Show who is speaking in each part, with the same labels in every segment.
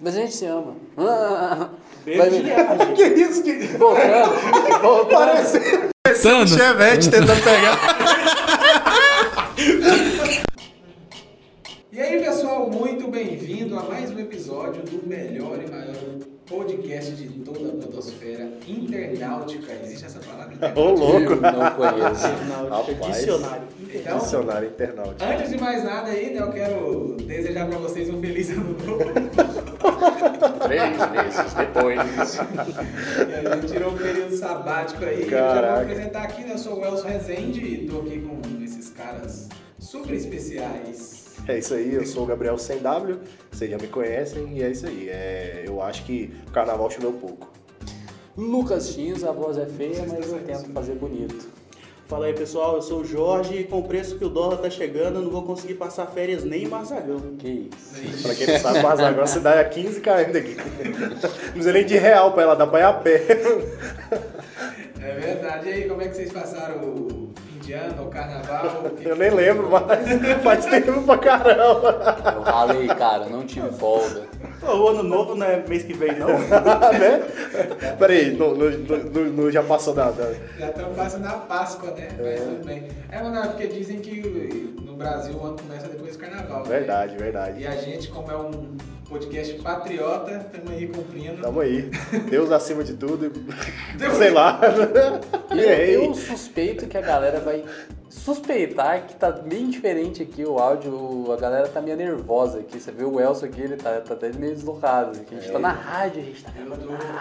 Speaker 1: Mas a gente se ama. Ah, vai me-
Speaker 2: Verdade.
Speaker 3: Que é isso que.
Speaker 1: Voltando, voltando.
Speaker 3: Parece.
Speaker 4: Sando.
Speaker 3: Chevette tentando pegar.
Speaker 2: E aí, pessoal, muito bem-vindo a mais um episódio do melhor e maior podcast de toda a podosfera internautica. Existe essa palavra?
Speaker 3: Ô, louco.
Speaker 1: Eu não conheço.
Speaker 3: Rapaz.
Speaker 2: Dicionário. Então,
Speaker 3: Dicionário
Speaker 5: Oh.
Speaker 3: internauta.
Speaker 2: antes de mais nada aí, né, eu quero desejar pra vocês um feliz ano novo.
Speaker 5: Três meses depois.
Speaker 2: A gente tirou um período sabático aí. Eu Já vou
Speaker 3: Caraca.
Speaker 2: apresentar aqui, né? Eu sou o Elcio Rezende e tô aqui com esses caras super especiais.
Speaker 3: É isso aí, eu sou o Gabriel Sem W, vocês já me conhecem e é isso aí. É, eu acho que o carnaval choveu pouco.
Speaker 1: Lucas X, a voz é feia,
Speaker 2: Vocês
Speaker 1: mas eu
Speaker 2: estão
Speaker 1: tento fazer bonito.
Speaker 6: Fala aí pessoal, eu sou o Jorge e com o preço que o dólar tá chegando, eu não vou conseguir passar férias nem em Marzagão.
Speaker 1: Que isso.
Speaker 3: Pra quem não sabe, mas agora a cidade é 15 km daqui. Não precisa nem de real pra ela dar pra ir a pé.
Speaker 2: É verdade. E aí, como é que vocês passaram o fim de ano, o carnaval?
Speaker 3: Eu nem lembro, mas faz tempo pra caramba.
Speaker 1: Eu ralei, cara, não tive folga.
Speaker 6: Pô, O ano novo não é mês que vem não?
Speaker 3: né? Peraí, no, no- no- no- já passou da. da-
Speaker 2: Já estamos quase na Páscoa, né? Mas tudo bem. É, Manoel, porque dizem que no Brasil o ano começa depois do carnaval. né?
Speaker 3: Verdade,
Speaker 2: E
Speaker 3: verdade.
Speaker 2: a gente, como é um podcast patriota, estamos aí cumprindo.
Speaker 3: Tamo aí. Deus acima de tudo. Sei lá.
Speaker 1: Eu,
Speaker 3: E é aí?
Speaker 1: eu suspeito que a galera vai suspeitar que tá bem diferente aqui o áudio. A galera tá meio nervosa aqui. Você vê o Elson aqui, ele tá, tá até meio deslocado. Aqui. A
Speaker 3: É.
Speaker 1: gente tá na rádio, a gente tá
Speaker 2: Eu
Speaker 1: gravando
Speaker 2: tô-
Speaker 1: na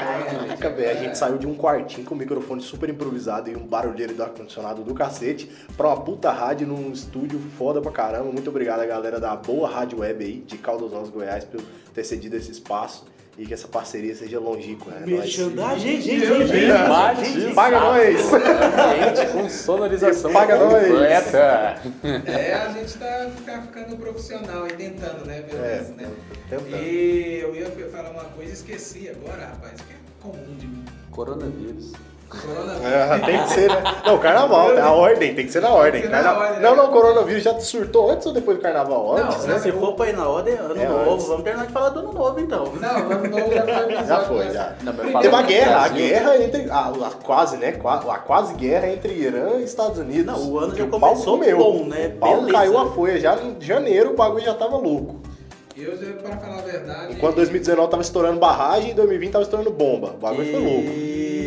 Speaker 3: Caraca, velho, a gente saiu de um quartinho com um microfone super improvisado e um barulheiro do ar-condicionado do cacete pra uma puta rádio num estúdio foda pra caramba. Muito obrigado a galera da Boa Rádio Web aí, de Caldas Novas Goiás, por ter cedido esse espaço e que essa parceria seja longínqua, né? Nós...
Speaker 6: Merchandagem, gente, gente, gente.
Speaker 1: Imagem,
Speaker 3: Paga nós!
Speaker 1: ambiente com sonorização
Speaker 3: Paga nós.
Speaker 1: completa.
Speaker 2: É, a gente tá fica- ficando profissional e tentando, né? Pelo
Speaker 3: É,
Speaker 2: menos, né?
Speaker 3: tentando.
Speaker 2: E eu ia falar uma coisa e esqueci agora, rapaz, que é comum de mim.
Speaker 1: Coronavírus.
Speaker 2: Coronavírus.
Speaker 3: É, tem que ser, né? Não, carnaval, tá? a ordem, tem que ser na ordem.
Speaker 2: Tem que ser na
Speaker 3: Carna-
Speaker 2: ordem, né?
Speaker 3: Não, não, o coronavírus já surtou antes ou depois do carnaval?
Speaker 2: Não,
Speaker 3: Antes, né?
Speaker 6: Não, se for pra ir na ordem, ano
Speaker 3: É,
Speaker 6: novo,
Speaker 3: antes.
Speaker 6: vamos terminar de falar do ano novo então.
Speaker 2: Não, vamos novo já foi episódio,
Speaker 3: Já foi,
Speaker 2: mas-
Speaker 3: já.
Speaker 1: Não, mas
Speaker 2: Teve
Speaker 3: Teve
Speaker 1: falando
Speaker 3: uma
Speaker 1: do
Speaker 3: guerra, a
Speaker 1: Brasil,
Speaker 3: guerra entre. A, a quase, né? Qua- A quase guerra entre Irã e Estados Unidos.
Speaker 6: Não, o ano
Speaker 3: Que
Speaker 6: já
Speaker 3: pau
Speaker 6: começou
Speaker 3: comeu.
Speaker 6: bom, né?
Speaker 3: O pau
Speaker 6: Beleza.
Speaker 3: caiu a folha. Já em janeiro o bagulho já tava louco.
Speaker 2: Eu, já, pra falar a verdade.
Speaker 3: Enquanto 2019 tava estourando barragem, 2020 tava estourando bomba. O bagulho foi louco.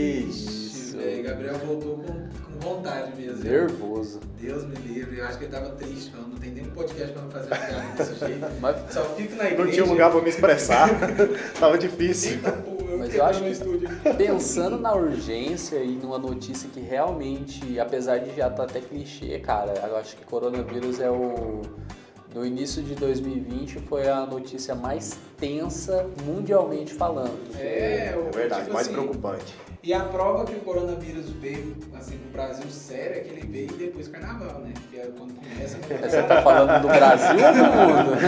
Speaker 2: Ixi, velho, é, Gabriel voltou com, com vontade mesmo.
Speaker 1: Nervoso.
Speaker 2: Deus me livre, eu acho que ele tava triste, mano. Não tem nem podcast pra não fazer uma piada desse jeito.
Speaker 1: Mas-
Speaker 2: Só fico na igreja.
Speaker 3: Não tinha lugar pra me expressar. tava difícil.
Speaker 6: Então,
Speaker 2: Eita, pô, eu
Speaker 1: Mas eu
Speaker 2: quebrando
Speaker 1: acho
Speaker 2: no
Speaker 1: que-
Speaker 2: estúdio.
Speaker 1: Pensando na urgência e numa notícia que realmente, apesar de já estar até clichê, cara, eu acho que coronavírus é o. No início de 2020 foi a notícia mais tensa mundialmente falando.
Speaker 2: É,
Speaker 3: É verdade,
Speaker 2: tipo
Speaker 3: mais
Speaker 2: assim,
Speaker 3: preocupante.
Speaker 2: E a prova que o coronavírus veio, assim, pro Brasil sério é que ele veio depois do carnaval, né? Que é quando começa.
Speaker 1: Mas Você tá falando do Brasil ou do mundo?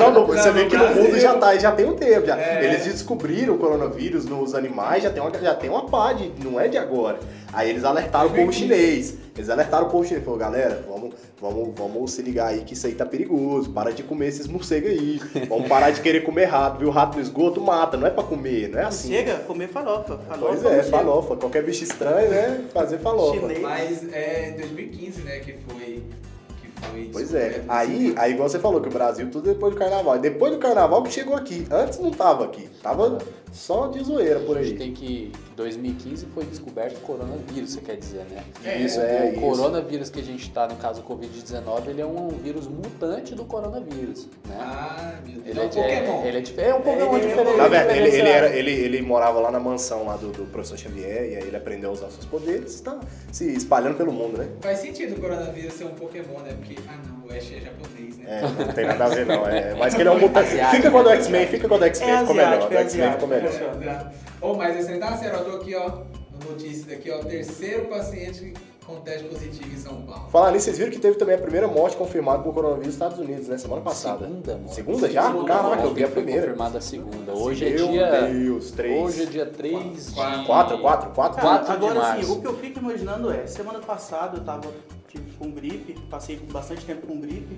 Speaker 3: Não, não, você
Speaker 2: Não,
Speaker 3: vê
Speaker 2: no
Speaker 3: que no mundo
Speaker 2: Brasil-
Speaker 3: já, tá, já tem um tempo. Já.
Speaker 2: É.
Speaker 3: Eles descobriram o coronavírus nos animais, já tem uma, já tem uma pá, de- não é de agora. Aí eles alertaram o povo chinês. Eles alertaram o povo chinês. Falou, galera, vamos, vamos, vamos se ligar aí que isso aí tá perigoso. Para de comer esses morcegos aí. Vamos parar de querer comer rato, viu? Rato no esgoto mata, não é pra comer, não é assim.
Speaker 6: Chega, comer farofa. farofa
Speaker 3: Pois é,
Speaker 6: chega.
Speaker 3: farofa. Qualquer bicho estranho, né? Fazer farofa.
Speaker 6: Chinês.
Speaker 2: Mas é em 2015, né? Que foi. Que foi
Speaker 3: Pois é.
Speaker 2: descoberto,
Speaker 3: Aí,
Speaker 2: assim.
Speaker 3: aí igual você falou que o Brasil tudo depois do carnaval. E Depois do carnaval que chegou aqui. Antes não tava aqui. Tava só de zoeira por
Speaker 1: A gente
Speaker 3: aí.
Speaker 1: tem que. 2015 foi descoberto o coronavírus, você quer dizer, né?
Speaker 2: É,
Speaker 1: isso,
Speaker 3: é,
Speaker 1: o
Speaker 3: isso.
Speaker 1: coronavírus que a gente tá, no caso o Covid-19, ele é um vírus mutante do coronavírus, né?
Speaker 2: Ah, meu Deus.
Speaker 1: Ele
Speaker 2: é um
Speaker 1: é,
Speaker 2: Pokémon.
Speaker 1: é, ele é, dif- é um Pokémon
Speaker 6: Ele-
Speaker 1: diferente.
Speaker 3: Na verdade, ele, ele, era,
Speaker 1: diferenciado.
Speaker 3: ele, ele morava lá na mansão lá do, do professor Xavier, e aí ele aprendeu a usar seus poderes, tá se espalhando pelo mundo, né?
Speaker 2: Faz sentido o coronavírus ser um Pokémon, né? Porque, ah não, o Ash é japonês, né?
Speaker 3: É, não tem nada a ver não. É, mas que ele é um mutante.
Speaker 1: né?
Speaker 3: Fica quando o X-Men, fica quando o X-Men,
Speaker 6: É
Speaker 3: ficou melhor.
Speaker 6: asiático,
Speaker 3: O
Speaker 6: é
Speaker 3: X-Men ficou melhor.
Speaker 6: asiático.
Speaker 2: Ô, mas esse tá sério, eu tô aqui, ó, no notícia daqui, ó, terceiro paciente com teste positivo em São Paulo.
Speaker 3: Falar nisso, vocês viram que teve também a primeira morte confirmada por coronavírus nos Estados Unidos, né? Semana passada.
Speaker 1: Segunda, mano.
Speaker 3: Segunda já? Caraca, eu vi a
Speaker 1: Foi
Speaker 3: primeira.
Speaker 1: confirmada a segunda. Hoje é
Speaker 3: Meu
Speaker 1: dia.
Speaker 3: Deus, três.
Speaker 1: Hoje é dia 3 de.
Speaker 2: Quatro.
Speaker 3: Quatro, quatro, quatro.
Speaker 6: Cara,
Speaker 1: Quatro de
Speaker 6: agora
Speaker 1: março.
Speaker 6: assim, o que eu fico imaginando é, semana passada eu tava tive, com gripe, passei bastante tempo com gripe,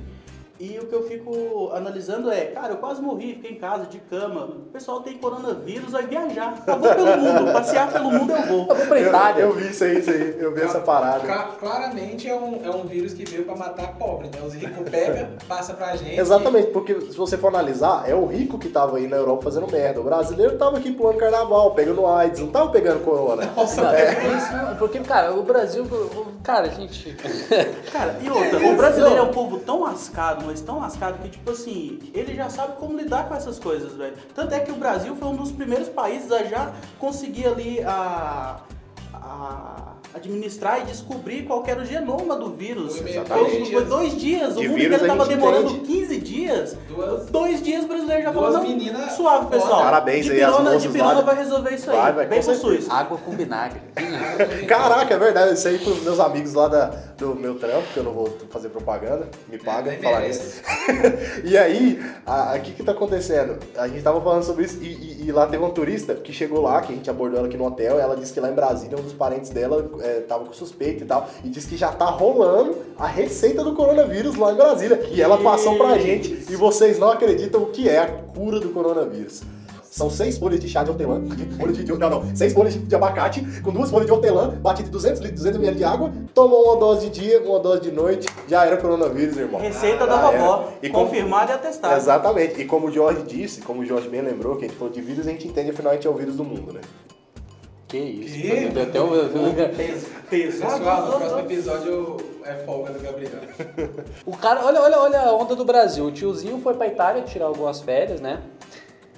Speaker 6: E o que eu fico analisando é, cara, eu quase morri, fiquei em casa, de cama. O pessoal tem coronavírus, vai viajar. Eu vou pelo mundo, passear pelo mundo eu vou.
Speaker 1: Vamos Tá pra
Speaker 3: Eu-
Speaker 1: Itália.
Speaker 3: Eu, vi isso aí, isso aí. Eu vi essa parada.
Speaker 2: Cla- claramente é um, é um vírus que veio pra matar pobre, né? Os ricos pegam, passa pra gente.
Speaker 3: Exatamente, porque se você for analisar, é o rico que tava aí na Europa fazendo merda. O brasileiro tava aqui pulando carnaval, pegando AIDS, não tava pegando corona.
Speaker 1: Não, é isso, não, porque, cara, o Brasil. o- Cara, gente.
Speaker 6: Cara, e outra, o brasileiro é um povo tão lascado, mas tão lascado que, tipo assim, ele já sabe como lidar com essas coisas, velho. Tanto é que o Brasil foi um dos primeiros países a já conseguir ali a. a administrar e descobrir qual que era o genoma do vírus.
Speaker 2: Exatamente.
Speaker 6: Foi, foi dois dias, o
Speaker 3: De
Speaker 6: mundo
Speaker 3: vírus
Speaker 6: inteiro
Speaker 3: a
Speaker 6: tava
Speaker 3: gente
Speaker 6: demorando
Speaker 3: entende.
Speaker 6: 15 dias.
Speaker 2: Duas-
Speaker 6: dois dias o brasileiro já
Speaker 2: Duas
Speaker 6: falou, não,
Speaker 2: meninas
Speaker 6: suave, pessoal.
Speaker 3: Parabéns
Speaker 6: de
Speaker 3: aí, as
Speaker 6: pirona,
Speaker 3: moças
Speaker 6: De pirona
Speaker 3: lá.
Speaker 6: vai resolver isso aí.
Speaker 3: Vai, vai,
Speaker 6: Vem
Speaker 3: com
Speaker 6: pro
Speaker 3: certeza. Ah,
Speaker 6: SUS.
Speaker 1: Água com vinagre.
Speaker 3: Caraca, é verdade. Isso aí pros meus amigos lá da- do meu trampo, que eu não vou fazer propaganda, me paga
Speaker 2: Nem
Speaker 3: falar
Speaker 2: merece.
Speaker 3: isso. e aí, a- o que que tá acontecendo? A gente tava falando sobre isso e, e- e lá teve uma turista que chegou lá, que a gente abordou ela aqui no hotel, ela disse que lá em Brasília um dos parentes dela é, tava com suspeita e tal, e disse que já tá rolando a receita do coronavírus lá em Brasília. E ela passou pra gente, e vocês não acreditam o que é a cura do coronavírus. São seis folhas de chá de hortelã, de folha de, de- não, não, seis folhas de, de abacate, com duas folhas de hortelã, batido em 200 litros, 200 ml de água, tomou uma dose de dia, uma dose de noite, já era coronavírus, irmão.
Speaker 6: Receita da
Speaker 3: Ah, era.
Speaker 6: vovó.
Speaker 3: E com-
Speaker 6: confirmada e atestada.
Speaker 3: Exatamente. E como o Jorge disse, como o Jorge bem lembrou, que a gente falou de vírus, a gente entende, afinal a gente é o vírus do mundo, né?
Speaker 1: Que isso?
Speaker 2: Que?
Speaker 1: mano, deu até o-
Speaker 6: Peso,
Speaker 2: Tá
Speaker 6: peso.
Speaker 2: Pessoal, no próximo episódio é folga do Gabriel.
Speaker 1: O cara, olha, olha, olha a onda do Brasil. O tiozinho foi pra Itália tirar algumas férias, né?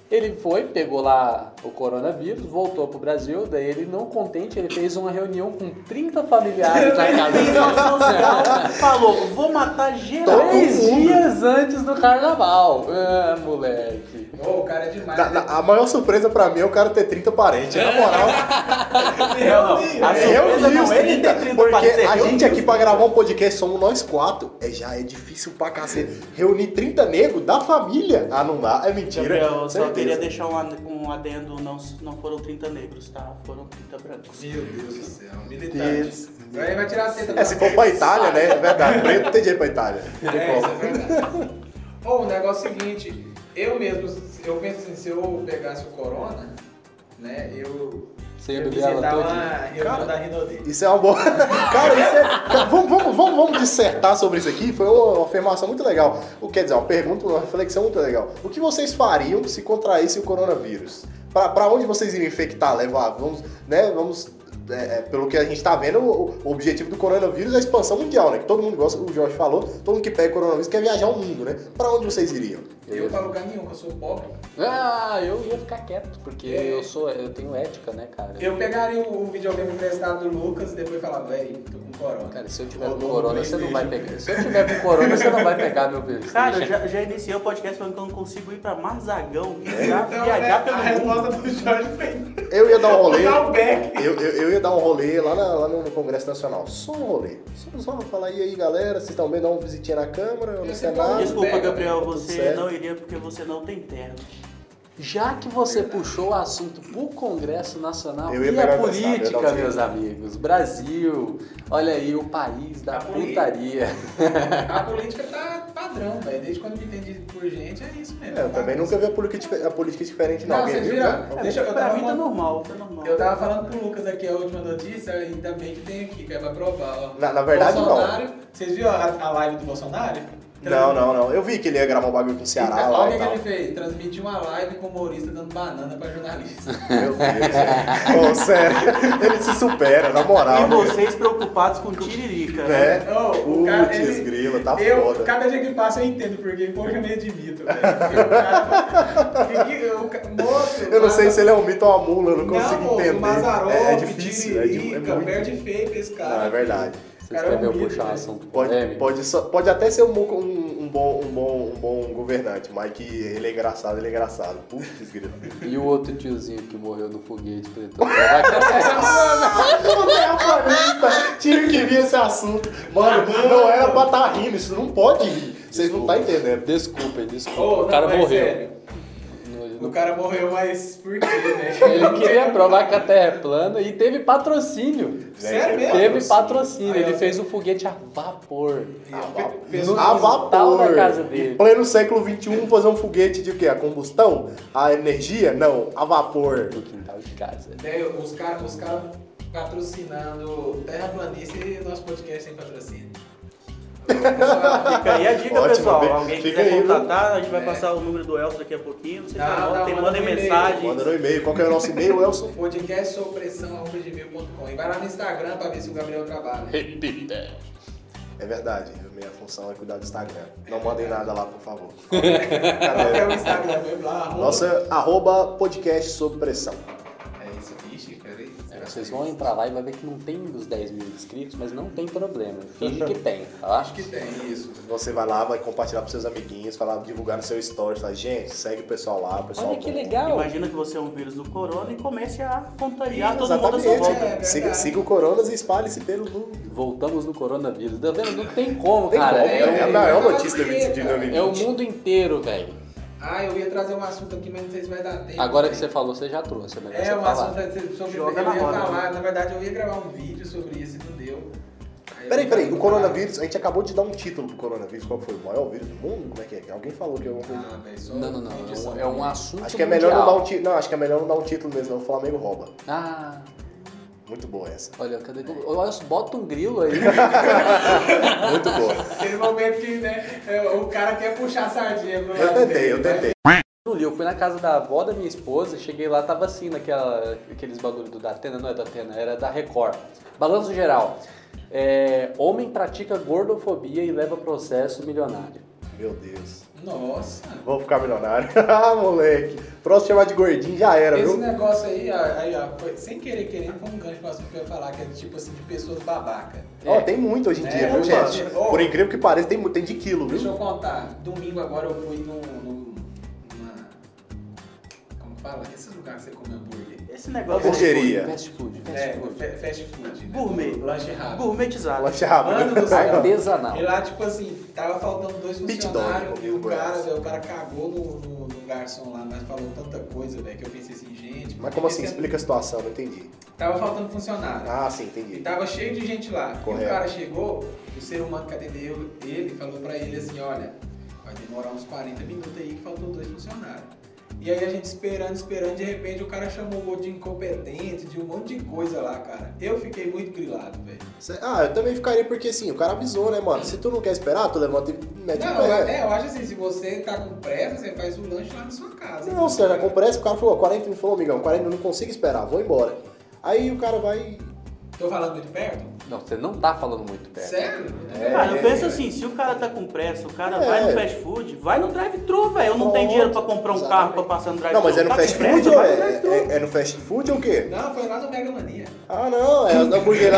Speaker 1: Ele foi, pegou lá o coronavírus, voltou pro Brasil, daí ele não contente, ele fez uma reunião com 30 familiares
Speaker 6: Tá
Speaker 1: na casa
Speaker 6: Fez uma
Speaker 1: dele.
Speaker 6: social, falou, vou matar geral.
Speaker 3: um
Speaker 1: Três dias antes do carnaval. Ah, moleque.
Speaker 2: Ô, o cara é demais.
Speaker 3: Na-
Speaker 2: né?
Speaker 3: na- a maior surpresa pra mim é o cara ter 30 parentes, na moral.
Speaker 6: Não, não. A surpresa
Speaker 3: Reunir
Speaker 6: não
Speaker 3: os
Speaker 6: é ele
Speaker 3: 30,
Speaker 6: ter tido
Speaker 3: porque
Speaker 6: parceiro.
Speaker 3: a gente aqui pra gravar um podcast somos nós quatro. É, já é difícil pra cacete. Reunir 30 negros da família. Ah, não dá. É mentira.
Speaker 6: Gabriel, eu só
Speaker 3: Certeza.
Speaker 6: queria deixar um ad- um adendo, não, não foram 30 negros, tá? Foram 30 brancos.
Speaker 2: Meu Deus do céu,
Speaker 3: Deus.
Speaker 2: militante. Aí vai tirar a teta.
Speaker 3: É, se for pra Itália, né? É verdade. Preto não tem jeito pra Itália. Não tem
Speaker 2: É, isso é
Speaker 3: como.
Speaker 2: verdade. Ou o negócio é o seguinte, eu mesmo, eu penso assim, se eu pegasse o corona, né, eu...
Speaker 1: Você ia
Speaker 2: eu
Speaker 1: beber ela
Speaker 2: visitava
Speaker 1: toda?
Speaker 2: a reunião da Rinodê.
Speaker 3: Isso é uma boa. Cara, isso é. Vamos, vamos, vamos, vamos dissertar sobre isso aqui. Foi uma afirmação muito legal. O quer dizer, uma pergunta, uma reflexão muito legal. O que vocês fariam se contraísse o coronavírus? Pra, pra onde vocês iriam infectar, levar? Vamos, né? Vamos. é, é, pelo que a gente tá vendo, o, o objetivo do coronavírus é a expansão mundial, né? Que todo mundo gosta, o Jorge falou, todo mundo que pega coronavírus quer viajar o mundo, né? Pra onde vocês iriam?
Speaker 2: Eu pra lugar nenhum, que eu sou pobre.
Speaker 1: Ah, eu ia ficar quieto, porque eu sou, eu tenho ética, né, cara?
Speaker 2: Eu pegaria o, o videogame emprestado do Lucas e depois falava, véi, tô com corona.
Speaker 1: Cara, se eu tiver
Speaker 2: Ô,
Speaker 1: com
Speaker 2: louco,
Speaker 1: corona, você não vai
Speaker 2: PlayStation.
Speaker 1: pegar. Se eu tiver com corona, você não vai pegar meu PlayStation.
Speaker 6: Cara, eu já, já iniciei o podcast falando que eu não consigo ir pra Marzagão,
Speaker 3: É.
Speaker 6: viajar,
Speaker 2: Então, né,
Speaker 6: viajar
Speaker 2: a
Speaker 6: pelo mundo.
Speaker 2: resposta do Jorge foi
Speaker 3: Eu ia dar um rolê.
Speaker 2: dar o back.
Speaker 3: Eu, eu, eu ia dar um rolê lá, na- lá no, no Congresso Nacional. Só um rolê. Só, só falar, e aí galera, vocês estão bem? Dá uma visitinha na Câmara, no
Speaker 2: Esse
Speaker 3: Senado.
Speaker 2: povo-
Speaker 6: Desculpa,
Speaker 2: Pega,
Speaker 6: Gabriel,
Speaker 3: tudo
Speaker 6: você
Speaker 3: certo.
Speaker 6: não iria porque você não tem terra.
Speaker 1: Já que você puxou o assunto pro Congresso Nacional
Speaker 3: Eu ia
Speaker 1: e
Speaker 3: pegar
Speaker 1: a
Speaker 3: emprestado, eu ia
Speaker 1: política,
Speaker 3: dar um jeito.
Speaker 1: meus amigos. Brasil, olha aí o país da
Speaker 2: A política.
Speaker 1: putaria.
Speaker 2: A política tá padrão, velho. Desde quando me entendi por gente, é isso mesmo.
Speaker 3: É, eu também nunca vi a política, dife- a política diferente, não.
Speaker 2: Não,
Speaker 3: Alguém
Speaker 2: vocês
Speaker 3: viu?
Speaker 2: viram?
Speaker 3: Não.
Speaker 2: Deixa eu- eu
Speaker 6: pra
Speaker 2: tava
Speaker 6: mim tá
Speaker 2: falando-
Speaker 6: normal, tá normal.
Speaker 2: Eu tava falando pro Lucas aqui a última notícia, ainda bem que tem aqui, que é pra provar, ó.
Speaker 3: Na- na verdade, não.
Speaker 2: Bolsonaro, Vocês viram a, a live do Bolsonaro?
Speaker 3: Não, não, não. Eu vi que ele ia gravar um bagulho com o
Speaker 2: Então,
Speaker 3: Ceará lá
Speaker 2: olha
Speaker 3: e
Speaker 2: o que
Speaker 3: tal.
Speaker 2: ele fez? Transmitiu uma live com o humorista dando banana pra jornalista.
Speaker 3: Meu Deus. Ô, sério. Ele se supera, na moral.
Speaker 6: E vocês preocupados com tiririca, né?
Speaker 3: Né?
Speaker 2: Ô,
Speaker 3: Putz, grila, tá
Speaker 2: eu,
Speaker 3: foda.
Speaker 2: Cada dia que passa eu entendo, porque poxa, eu me admito, velho. Porque o cara- tá- que que- o ca- moço,
Speaker 3: Eu não sei
Speaker 2: mas-
Speaker 3: se ele é um mito ou uma mula, eu não consigo
Speaker 2: moço,
Speaker 3: entender.
Speaker 2: Mazzaropi,
Speaker 3: é, é difícil, é, di- é
Speaker 2: Tiririca,
Speaker 3: muito.
Speaker 2: perde feio pra esse cara.
Speaker 3: Não, é verdade.
Speaker 1: Você
Speaker 2: Cara, é um
Speaker 1: escreveu
Speaker 2: mito,
Speaker 1: puxar um
Speaker 2: velho.
Speaker 1: assunto
Speaker 3: Pode,
Speaker 1: polêmico.
Speaker 3: pode, só- pode até ser um, bom- um- um bom, um, bom, um bom governante, mas que ele é engraçado, ele é engraçado. Putz, grilo.
Speaker 1: E o outro tiozinho que morreu no foguete preto. Vai cair.
Speaker 3: Não é a planeta. Tinha que vir esse assunto. Mano, não era pra tá rindo, isso não pode rir. Vocês não tá entendendo.
Speaker 1: Desculpa, desculpa.
Speaker 2: Ô,
Speaker 1: o cara
Speaker 2: não, mas
Speaker 1: morreu.
Speaker 2: sério.
Speaker 1: No- no
Speaker 2: O O cara morreu, mas por quê, né?
Speaker 1: Ele queria provar que a Terra é plana e teve patrocínio.
Speaker 2: Sério mesmo?
Speaker 1: Teve patrocínio.
Speaker 2: Aí, ó.
Speaker 1: Ele fez um foguete a vapor.
Speaker 2: E-
Speaker 3: No-
Speaker 2: pessoal-
Speaker 3: A
Speaker 1: quintal
Speaker 3: vapor.
Speaker 1: da casa dele.
Speaker 3: Em pleno século XXI, fazer um foguete de quê? A combustão? A energia? Não, a vapor.
Speaker 1: No quintal de casa.
Speaker 2: Né, os caras os cara patrocinando Terraplanista e nosso podcast sem patrocínio.
Speaker 6: Fica aí a dica,
Speaker 3: Ótimo,
Speaker 6: pessoal.
Speaker 3: bem-
Speaker 6: Alguém quiser
Speaker 3: fica aí, viu?
Speaker 6: contratar, a gente vai
Speaker 2: É.
Speaker 6: passar o número do Elcio daqui a pouquinho. Vocês
Speaker 2: Não,
Speaker 6: anotem,
Speaker 2: não, manda
Speaker 6: mandem
Speaker 2: um e-mail.
Speaker 6: mensagem.
Speaker 3: Manda no e-mail. Qual que é o nosso e-mail, Elson?
Speaker 2: Podcast E vai lá no Instagram pra ver se o Gabriel trabalha.
Speaker 5: Repita.
Speaker 3: É verdade, a minha função é cuidar do Instagram. Não mandem nada lá, por favor.
Speaker 2: Qual que é
Speaker 3: Cadê?
Speaker 2: o Instagram mesmo lá? arroba?
Speaker 3: Nossa, arroba podcast sob pressão.
Speaker 2: É isso, vixe, peraí.
Speaker 1: É, Vocês vão entrar lá e vai ver que não tem os 10 mil inscritos, mas não tem problema. Finge que tem, tá?
Speaker 2: Acho que tem isso.
Speaker 3: Você vai lá, vai compartilhar pros seus amiguinhos, falar, divulgar no seu stories, fala, gente, segue o pessoal lá, o pessoal.
Speaker 1: Olha que
Speaker 3: bom."
Speaker 1: legal.
Speaker 6: Imagina que você é um vírus do corona e comece a contagiar todo mundo à sua
Speaker 3: Exatamente. É
Speaker 6: volta.
Speaker 2: volta.
Speaker 3: siga, siga o Coronas e espalhe-se pelo mundo.
Speaker 1: Voltamos no coronavírus. Tá vendo? Não tem como,
Speaker 3: Tem
Speaker 1: cara.
Speaker 3: como,
Speaker 1: É,
Speaker 3: né?
Speaker 1: o-
Speaker 3: não, é uma
Speaker 2: Fala
Speaker 3: notícia né,
Speaker 2: por quê,
Speaker 3: de
Speaker 2: cara?
Speaker 1: é o mundo inteiro, velho.
Speaker 2: Ah, eu ia trazer um assunto aqui, mas não sei se vai dar tempo.
Speaker 1: Agora que você falou, você já trouxe. É melhor
Speaker 2: É,
Speaker 1: você
Speaker 2: um
Speaker 1: falar.
Speaker 2: assunto sobre
Speaker 6: Joga
Speaker 2: eu
Speaker 6: na
Speaker 2: ia
Speaker 6: roda.
Speaker 2: falar. Na verdade, eu ia gravar um vídeo sobre isso e não deu. Aí
Speaker 1: um
Speaker 2: eu
Speaker 3: Peraí,
Speaker 2: vou
Speaker 3: peraí, o
Speaker 2: gravar.
Speaker 3: coronavírus, a gente acabou de dar um título pro coronavírus, qual foi? O maior vírus do mundo? Como é que é? Alguém falou que é alguma coisa.
Speaker 2: Ah, velho, só
Speaker 1: Não, não, não.
Speaker 2: um vídeo
Speaker 1: É um-
Speaker 2: só.
Speaker 1: É um assunto.
Speaker 3: Acho que é melhor não
Speaker 1: mundial.
Speaker 3: dar um título. Não, acho que é melhor não dar um título mesmo, não. O Flamengo rouba.
Speaker 1: Ah,
Speaker 3: Muito boa essa.
Speaker 1: olha, cadê? Olha, bota um grilo aí.
Speaker 3: Muito boa.
Speaker 2: Aquele momento que, né, é, o cara quer puxar a sardinha. pro
Speaker 3: Eu
Speaker 2: lado
Speaker 3: tentei,
Speaker 2: dele,
Speaker 3: eu
Speaker 2: né?
Speaker 3: tentei.
Speaker 1: Júlio, Eu fui na casa da avó da minha esposa, cheguei lá, tava assim naquela, aqueles bagulho do Datena, não é Datena, era da Record. Balanço geral. É, homem pratica gordofobia e leva processo milionário.
Speaker 3: Meu Deus.
Speaker 2: Nossa.
Speaker 3: Vou ficar milionário. ah, moleque. Próximo chamar de gordinho já era,
Speaker 2: Esse é
Speaker 3: viu?
Speaker 2: negócio aí, ó, aí ó, foi- sem querer, querendo, foi um gancho pra assunto que eu ia falar, que é tipo assim, de pessoas babaca.
Speaker 3: Ó, tem muito hoje em
Speaker 2: É,
Speaker 3: dia, viu,
Speaker 2: opa.
Speaker 3: gente?
Speaker 2: Ó.
Speaker 3: Por incrível que pareça, tem, muito- tem de quilo,
Speaker 2: Deixa eu
Speaker 3: viu?
Speaker 2: contar. Domingo agora eu fui num. num- numa. Como fala? Esse lugar que você come hambúrguer.
Speaker 6: Esse negócio
Speaker 3: Por quê? Hamburgueria.
Speaker 1: Fast food, fast
Speaker 2: É,
Speaker 1: food.
Speaker 2: fe- fast food. Né?
Speaker 6: Gourmet.
Speaker 2: Lanche rápido.
Speaker 6: é gourmetizado.
Speaker 3: Lanche rápido.
Speaker 2: Mano É do céu.
Speaker 1: Artesanal.
Speaker 2: E lá, tipo assim, tava faltando dois
Speaker 3: Pit
Speaker 2: funcionários
Speaker 3: dog,
Speaker 2: e o
Speaker 3: Goiás.
Speaker 2: cara, velho, o cara cagou no, no- no garçom lá, mas falou tanta coisa, velho, que eu pensei assim, gente. por
Speaker 3: Mas
Speaker 2: que
Speaker 3: como
Speaker 2: que
Speaker 3: assim?
Speaker 2: esse- é-
Speaker 3: Explica a situação, não entendi.
Speaker 2: Tava faltando funcionário.
Speaker 3: Ah, sim,
Speaker 2: E
Speaker 3: entendi.
Speaker 2: tava cheio de gente lá. E
Speaker 3: Correto.
Speaker 2: o cara chegou, o ser humano que atendeu ele falou pra ele assim, olha, vai demorar uns 40 minutos aí que faltou dois funcionários. E aí a gente esperando, esperando, de repente o cara chamou o outro de incompetente, de um monte de coisa lá, cara. Eu fiquei muito grilado, velho.
Speaker 3: Cê- Ah, eu também ficaria porque sim, o cara avisou, né, mano? Se tu não quer esperar, tu levanta e mete o
Speaker 2: Não,
Speaker 3: pé.
Speaker 2: é, eu acho assim, se você tá com pressa, você faz o lanche lá na sua casa.
Speaker 3: Não, você já comprei esse, o cara falou, ó, 40 minutos, falou, amigão, 40 eu não consigo esperar, vou embora. Aí o cara vai.
Speaker 2: Tô falando muito perto?
Speaker 1: Não, você não tá falando muito perto.
Speaker 2: Sério?
Speaker 3: É,
Speaker 6: Cara, eu
Speaker 3: é,
Speaker 6: penso assim, se o cara tá com pressa, o cara
Speaker 3: É.
Speaker 6: vai no fast food, vai no drive-thru, velho. Eu não tenho
Speaker 3: Pronto,
Speaker 6: dinheiro pra comprar um
Speaker 3: exatamente.
Speaker 6: carro pra passar no drive-thru.
Speaker 3: Não, mas é no
Speaker 6: Tá com
Speaker 3: fast
Speaker 6: pressa,
Speaker 3: food ou
Speaker 6: vai no
Speaker 3: é?
Speaker 6: drive-thru.
Speaker 3: é? é no fast food ou o quê?
Speaker 2: Não, foi lá no Mega Mania.
Speaker 3: Ah, não, é da hamburgueria.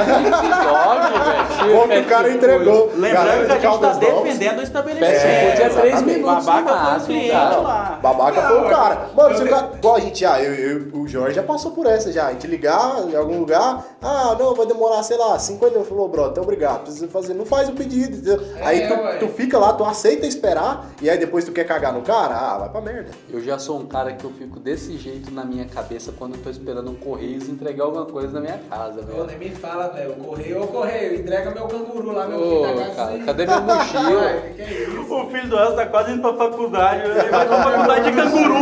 Speaker 1: Óbvio,
Speaker 3: Como que o cara entregou. Galera
Speaker 6: Lembrando que a
Speaker 3: de
Speaker 6: gente tá
Speaker 3: Caldas Novas.
Speaker 6: defendendo o estabelecimento.
Speaker 1: Fast food é três
Speaker 6: exatamente.
Speaker 1: minutos no
Speaker 6: Babaca foi o
Speaker 1: máximo,
Speaker 6: cliente
Speaker 1: cara.
Speaker 6: lá.
Speaker 3: Babaca
Speaker 2: Não,
Speaker 3: foi o
Speaker 2: eu-
Speaker 3: cara. Mano, se o
Speaker 2: eu-
Speaker 3: cara. Igual a gente já, eu, eu- o Jorge já passou por essa já. A gente ligar em algum lugar, ah, não, vai demorar, sei lá, 50 minutos. Falou, bro, então obrigado, precisa fazer. Não faz o pedido, entendeu?
Speaker 2: É,
Speaker 3: aí
Speaker 2: ué.
Speaker 3: tu, tu fica lá, tu aceita esperar, e aí depois tu quer cagar no cara, ah, vai pra merda.
Speaker 1: Eu já sou um cara que eu fico desse jeito na minha cabeça quando eu tô esperando um correio entregar alguma coisa na minha casa,
Speaker 2: Ô,
Speaker 1: velho.
Speaker 2: nem me fala, velho. O correio, ô correio, entrega meu canguru lá, meu filho tá da
Speaker 1: Ô,
Speaker 2: casa.
Speaker 1: cara,
Speaker 2: aí.
Speaker 1: cadê meu mochila?
Speaker 2: Ai, que é isso?
Speaker 6: O filho do Elcio tá quase indo pra faculdade. Ele vai pra faculdade de canguru.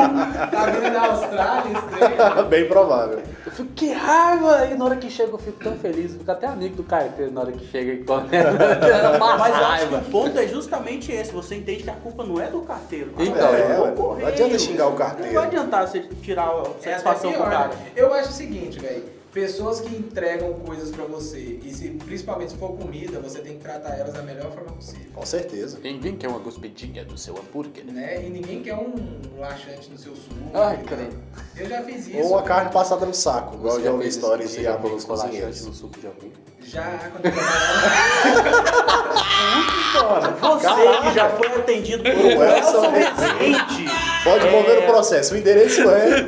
Speaker 2: Tá vindo da Austrália, esse trem.
Speaker 3: Bem provável.
Speaker 1: Eu fico, que raiva! E na hora que chega eu fico tão feliz, eu fico até amigo do carteiro na hora que chega e começa. Mas
Speaker 6: Mas eu acho que
Speaker 1: raiva.
Speaker 6: o ponto é justamente esse. Você entende que a culpa não é do carteiro. A
Speaker 1: Então,
Speaker 6: culpa
Speaker 1: é,
Speaker 6: do
Speaker 3: ué, não
Speaker 6: correio.
Speaker 3: adianta xingar o
Speaker 6: Não
Speaker 3: carteiro.
Speaker 6: vai adiantar você tirar a
Speaker 2: É até
Speaker 6: satisfação do
Speaker 2: pior,
Speaker 6: cara.
Speaker 2: né? Eu acho o seguinte, velho. Pessoas que entregam coisas pra você, e se, principalmente se for comida, você tem que tratar elas da melhor forma possível.
Speaker 3: Com certeza.
Speaker 5: Ninguém
Speaker 1: é
Speaker 5: quer uma guspidinha do seu hambúrguer.
Speaker 2: Né? E ninguém quer um laxante no seu suco.
Speaker 1: Ai,
Speaker 2: né?
Speaker 1: credo.
Speaker 2: Eu já fiz isso.
Speaker 3: Ou uma
Speaker 2: velho.
Speaker 3: carne passada no saco, igual
Speaker 1: Você
Speaker 3: eu já ouvi
Speaker 1: fez isso?
Speaker 3: histórias
Speaker 1: Você
Speaker 3: de
Speaker 1: já
Speaker 3: amigos
Speaker 1: colocou laxante
Speaker 3: cozinheiros.
Speaker 1: no suco de alguém?
Speaker 2: Já quando eu trabalhava-
Speaker 6: Você
Speaker 3: Caraca.
Speaker 6: que já foi atendido por
Speaker 3: Por um
Speaker 6: um Elson
Speaker 3: Elson
Speaker 6: Rezende.
Speaker 3: Pode mover o processo. O endereço é.